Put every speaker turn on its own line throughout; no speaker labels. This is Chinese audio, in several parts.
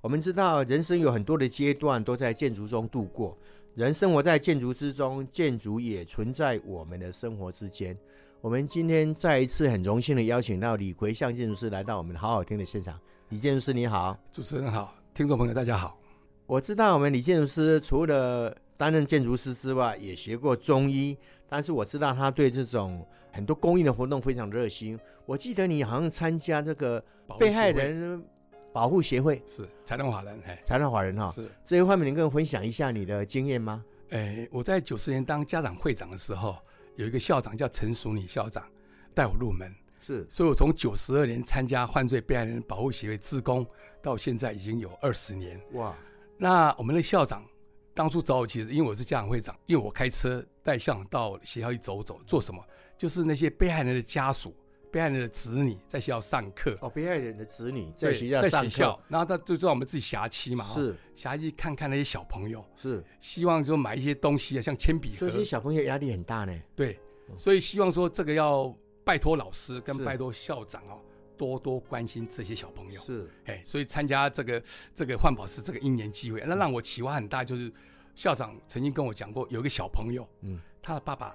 我们知道，人生有很多的阶段都在建筑中度过，人生活在建筑之中，建筑也存在我们的生活之间。我们今天再一次很荣幸的邀请到李奎相建筑师来到我们好好听的现场。李建筑师你好，
主持人好，听众朋友大家好。
我知道我们李建筑师除了担任建筑师之外，也学过中医，但是我知道他对这种很多公益的活动非常热心。我记得你好像参加这个
保护
被害
协会
人保护协会
是财团法人，哎，
财团法人哈、
是，
这一方面，你跟我分享一下你的经验吗？
哎，我在九十年当家长会长的时候，有一个校长叫陈淑妮校长带我入门，
是
所以我从九十二年参加犯罪被害人保护协会志工，到现在已经有二十年。
哇，
那我们的校长当初找我，其实因为我是家长会长，因为我开车带校长到学校去走走，做什么？就是那些被害人的家属、被害人的子女在学校上课，
哦，被害人的子女在
对
学校
在
上
学
课
校，，然后他就知道我们自己辖区嘛，哦
是
辖区看看那些小朋友，
是，
希望说买一些东西啊，像铅笔
所
盒
以，这些小朋友压力很大呢。
对，所以希望说这个要拜托老师跟
是
拜托校长哦，多多关心这些小朋友。
是
哎，所以参加这个这个换保师这个一年机会，
嗯
那让我启发很大，就是校长曾经跟我讲过，有一个小朋友，
嗯，
他的爸爸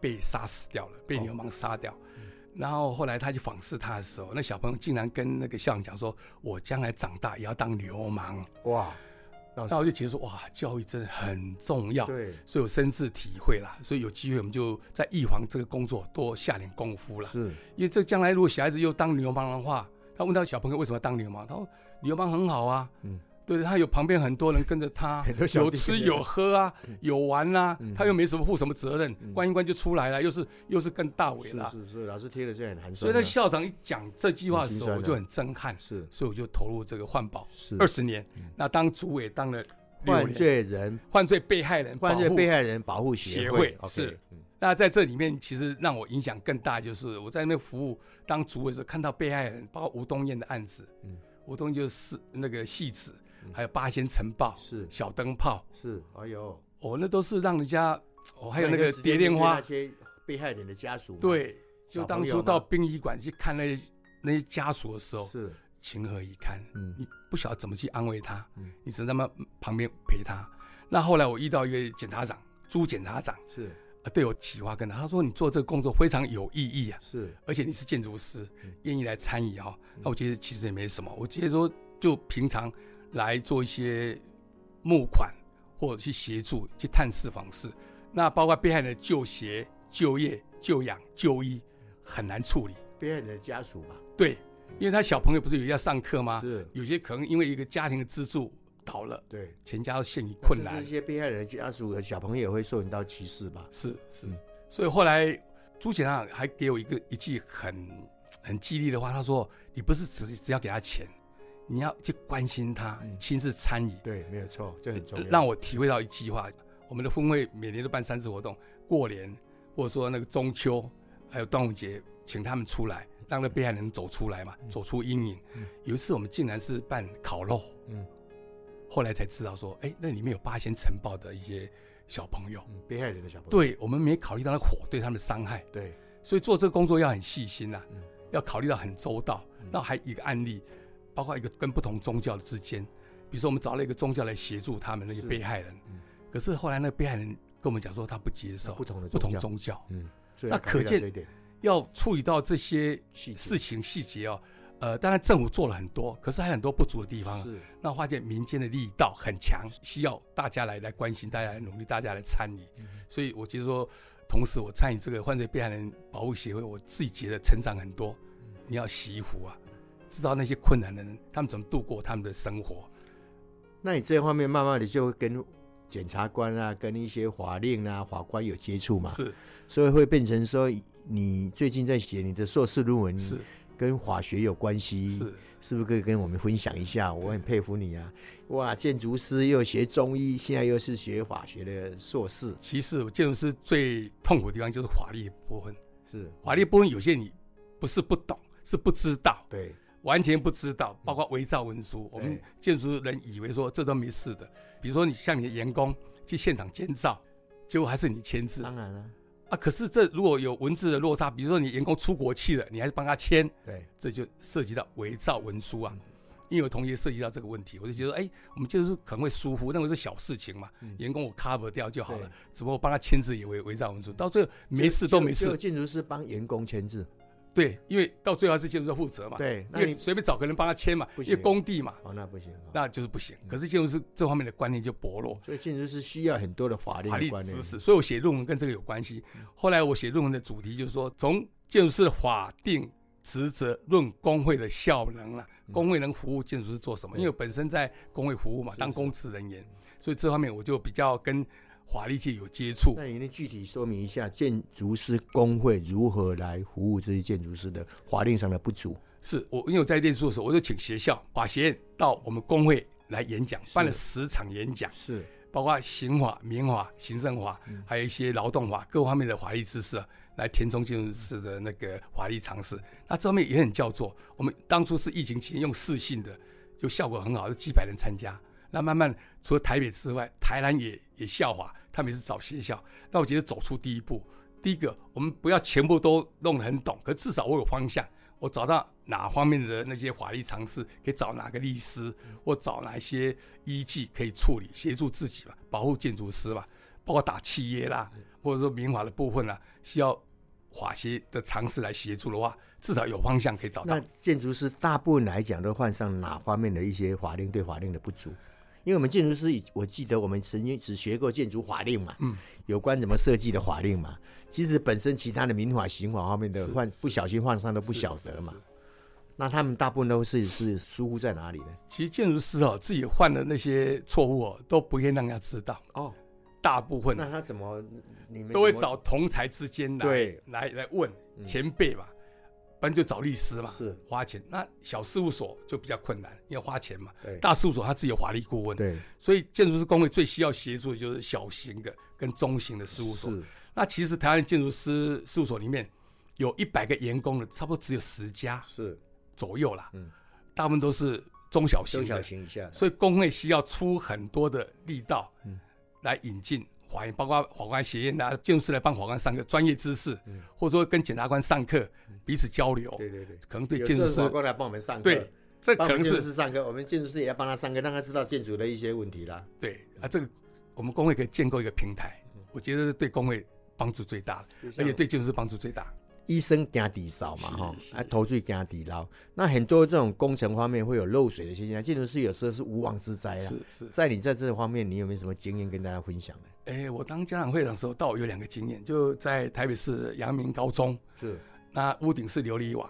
被杀死掉了，被流氓杀
哦
掉。
嗯
然后后来他去访视他的时候，那小朋友竟然跟那个校长讲说：“我将来长大也要当流氓。
哇，”
那我就觉得说：“哇，教育真的很重要。”
哦对，
所以我深自体会啦。所以有机会我们就在预防这个工作多下点功夫啦。
是
因为这将来如果小孩子又当流氓的话，他问到小朋友为什么要当流氓，他说流氓很好啊，
嗯
嗯，对，他有旁边很多人跟着他
很多，小弟
有吃有喝 啊，有玩啦、
嗯
他又没什么负什么责任，
嗯
关一关就出来了，又是又是更大尾
是
了。
是是，老师贴的是很寒
啊
酸
所以那
的，
校长一讲这句话的时候，
很心酸啊
我就很震撼，
是
所以我就投入这个换保
是嗯
二十年，那当主委当了六
犯
年，
罪人
犯罪被害人
犯罪
保护
被害人保护协
协
会
会
OK，
是
嗯
那在这里面，其实让我影响更大，就是我在那边服务当主委的时候，看到被害人，包括吴东燕的案子，
嗯
嗯，吴东燕就是那个戏子
嗯，
还有八仙城堡、
是
小灯泡，
是，哎呦，
哦，那都是让人家，哦，还有那
那
个
你就直接
蝶恋
面对
花，
那些被害人的家属吗，
对，就
小朋
当
友
初到
吗
殡仪馆去看那些那些家属的时候，
是
情何以堪？
嗯
你不晓得怎么去安慰他，
嗯
你只能在他们旁边陪他。那后来我遇到一个检察长，朱检察长，
是
呃对我启发更大，他说你做这个工作非常有意义啊。
是
而且你是建筑师
嗯，
愿意来参与哈，那我觉得其实也没什么。我觉得说，就平常来做一些募款或者去协助去探视访视，那包括被害人的就学、就业、就养、就医很难处理。
被害人的家属吧，
对，因为他小朋友不是有要上课吗？
嗯是
有些可能因为一个家庭的支柱倒了，
对。
全家都陷于
那
困
甚至
难
一。些被害人的家属和小朋友也会受到歧视吧？
是是
嗯，
所以后来朱检察长还给我一个一句很很激励的话，他说：“你不是只只要给他钱，你要去关心他，
嗯
亲自参与。
对，没有错，这很重要。
让我体会到一句话：我们的峰会每年都办三次活动，过年或者说那个中秋，还有端午节，请他们出来，让那被害人走出来嘛，走出阴影。
嗯
有一次我们竟然是办烤肉，
嗯
后来才知道说，哎，那里面有八仙城堡的一些小朋友。
嗯，被害人的小朋友，
对我们没考虑到那火对他们的伤害，
对，
所以做这个工作要很细心呐、
嗯
要考虑到很周到
嗯。
那还有一个案例，包括一个跟不同宗教之间，比如说我们找了一个宗教来协助他们那些
是
被害人
嗯，
可是后来那个被害人跟我们讲说他不接受
不同的
不同
教，
宗教，
嗯，所以
那
要考虑
可
到
见
这一点
要处理到这些
细节
事情细节哦。呃，当然政府做了很多，可是还有很多不足的地方啊。
是
那发现民间的力道很强，需要大家来来关心，大家来努力，大家来参与。所以我觉得说，同时我参与这个犯罪被害人保护协会，我自己觉得成长很多。你要惜福啊，知道那些困难的人，他们怎么度过他们的生活。
那你这方面慢慢的就会跟检察官啊，跟一些法令啊、法官有接触嘛，
是
所以会变成说，你最近在写你的硕士论文，
是，
跟法学有关系，
是
是不是可以跟我们分享一下？我很佩服你啊！哇，建筑师又学中医，现在又是学法学的硕士，
其实建筑师最痛苦的地方就是法律的部分，
是
法律部分有些你不是不懂，是不知道，
对
完全不知道，
嗯
包括伪造文书，我们建筑人以为说这都没事的。比如说你像你的员工去现场监造，结果还是你签字
当然了，
啊。可是这如果有文字的落差，比如说你员工出国去了，你还是帮他签，
对
这就涉及到伪造文书啊。
嗯
因为有同学涉及到这个问题，我就觉得，哎，我们建筑师可能会疏忽，那个是小事情嘛，
嗯
员工我 cover 掉就好
对。
了
嗯
只不过我帮他签字也伪伪造文书，到最后没事都没
就就
事。
建筑师帮员工签字，
对，因为到最后还是建筑师负责嘛。
对，
因
那
为
你
随便找个人帮他签嘛，
不
因
行
为工地嘛，
哦那不行，
那就是不
嗯
行。可是建筑师这方面的观念就薄弱，
所以建筑师需要很多的法律
法律
的观念嗯
知，识，所以我写论文跟这个有关系。后来我写论文的主题就是说，从建筑师的法定职责论工会的效能了、工会能服务建筑师做什么？
嗯
因为我本身在工会服务嘛，当公职人员，所以这方面我就比较跟法律界有接触。
那你能具体说明一下建筑师工会如何来服务这些建筑师的法令上的不足？
是我因为我在念书的时候，我就请学校法学院到我们工会来演讲，办了十场演讲。
是
包括刑法、民法、行政法，还有一些劳动法各方面的法律知识、啊，来填充建筑师的那个法律常识。那这方面也很叫做，我们当初是疫情期间用试训的，就效果很好，有几百人参加。那慢慢除了台北之外，台南也也效法，他们也是找学校。那我觉得走出第一步，第一个我们不要全部都弄得很懂，可至少我有方向。我找到哪方面的那些法律常识，可以找哪个律师，或找哪些依据可以处理，协助自己吧，保护建筑师吧，包括打契约啦，或者说民法的部分啦，需要法学的常识来协助的话，至少有方向可以找到
那。建筑师大部分来讲都犯上哪方面的一些法令对法令的不足？因为我们建筑师以，我记得我们曾经只学过建筑法令嘛，
嗯，
有关怎么设计的法令嘛。其实本身其他的民法、刑法方面的
是
犯不小心犯上都不
是
晓得嘛
是。是
那他们大部分都是是疏忽在哪里呢？
其实建筑师哦，自己犯的那些错误哦，都不愿意让人家知道，
哦，
大部分啊
那他怎么你们
都会
怎么
找同才之间来
对
来来问
嗯
前辈吧，不然就找律师嘛，
是
花钱。那小事务所就比较困难，因为花钱嘛。
对
大事务所他自己有法律顾问，
对
所以建筑师工会最需要协助的就是小型的跟中型的事务所。
是
那其实台湾的建筑师事务所里面有一百个员工的，差不多只有十家
是
左右啦，
嗯
大部分都是中小型
中
的，
小型以下的，
所以工会需要出很多的力道，
嗯
来引进法院，包括法官学院啊，建筑师来帮法官上课，专业知识，或者说跟检察官上课，彼此交流，
嗯对对对，
可能对
有
建筑
时候
师
法，官来帮我们上课，
对，这
帮
可
我们
能
建筑
是
师上课，我们建筑师也要帮他上课，让他知道建筑的一些问题啦。
对啊，这个我们工会可以建构一个平台，
嗯
我觉得是对工会帮助最大的，
啊
而且对建筑师帮助最大。
医生惊底少嘛，
哦是
哈，
是
啊，头最惊底捞。那很多这种工程方面会有漏水的现象，建筑师有时候是无妄之灾啊
是。是，
在你在这方面，你有没有什么经验跟大家分享呢？
哎，我当家长会长的时候，倒有两个经验，就在台北市阳明高中，
是
那屋顶是琉璃瓦，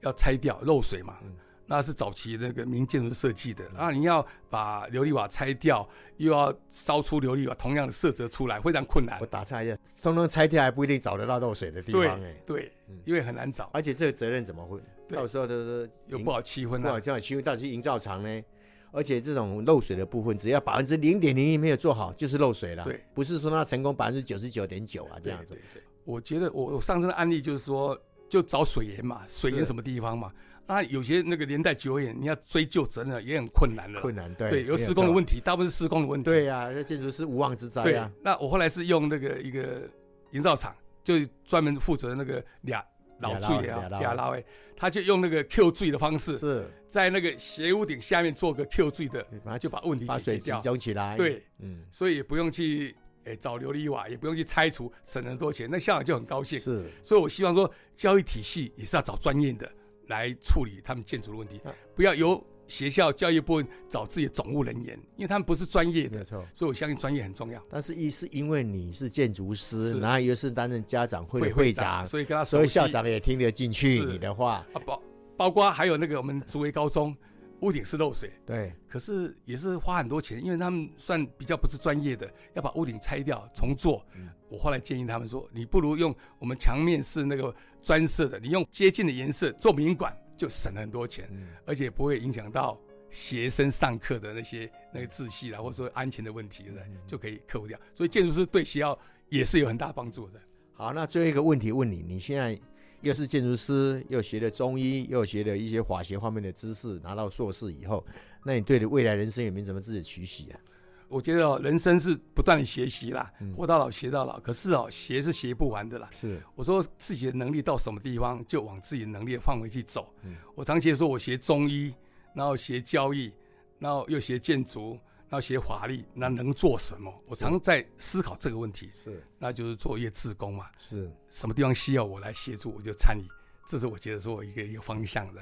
要拆掉漏水嘛，
嗯
那是早期那个民建筑设计的。那你要把琉璃瓦拆掉，又要烧出琉璃瓦同样的色泽出来，非常困难
我。打岔一下，通通拆掉还不一定找得到漏水的地
对
方哎、
对
嗯，
因为很难找，
而且这个责任怎么会？
对
到时候都是
有
营
不好区分
不
啊
好。叫修到去营造厂呢？而且这种漏水的部分，只要百分之零点零一没有做好，就是漏水了。
对，
不是说它成功百分之九十九点九啊这样子
对。对对，我觉得我我上次的案例就是说，就找水源嘛，水源
是
什么地方嘛。那有些那个年代久远，你要追究责任也很困难了。
困难，对
对，有施工的问题，大部分是施工的问
题
题。
对呀、这建筑师无妄之灾
对
啊。
那我后来是用那个一个营造厂，就专门负责那个俩老
俩捞
柱也
俩
好，
捞
俩捞哎，他就用那个 Q 柱的方式，
是，
在那个斜屋顶下面做个 Q 柱的，
把它
就把问题
把
解决
水集
掉。
中起来。
对，
嗯，
所以也不用去哎找琉璃瓦，也不用去拆除，省很多钱。那校长就很高兴。
是
所以我希望说，教育体系也是要找专业的来处理他们建筑的问题
啊，
不要由学校教育部门找自己的总务人员，因为他们不是专业
没有
的，
错。
所以我相信专业很重要。
但是一是因为你是建筑师，
是
然后又是担任家长会的会长，
所以跟他熟
所以
悉
校长也听得进去
是
你的话。
啊，包包括还有那个我们竹围高中，屋顶是漏水，
对，
可是也是花很多钱，因为他们算比较不是专业的，要把屋顶拆掉重做。
嗯
我后来建议他们说，你不如用我们墙面是那个砖色的，你用接近的颜色做明管，就省了很多钱，
嗯
而且不会影响到学生上课的那些那个秩序啦，或者说安全的问题，对不对
嗯
就可以克服掉。所以建筑师对学校也是有很大帮助的。
好，那最后一个问题问你，你现在又是建筑师，又学了中医，又学了一些法学方面的知识，拿到硕士以后，那你对你未来人生有没有什么自己的取喜啊？
我觉得哦，人生是不断的学习啦
嗯，
活到老学到老。可是哦，学是学不完的啦。
是，
我说自己的能力到什么地方，就往自己能力的范围去走。
嗯
我常学说，我学中医，然后学教育，然后又学建筑，然后学法律，那能做什么？我常在思考这个问题，
是
那就是做业自工嘛，
是，
什么地方需要我来协助，我就参与。这是我觉得说我一个一个方向的。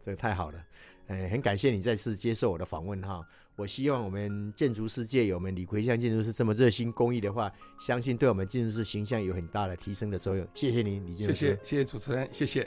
这个太好了，哎，很感谢你再次接受我的访问哈。我希望我们建筑世界有我们李奎像建筑师这么热心公益的话，相信对我们建筑师形象有很大的提升的作用。谢谢您，李建筑
谢
师。
谢，谢谢主持人，谢谢。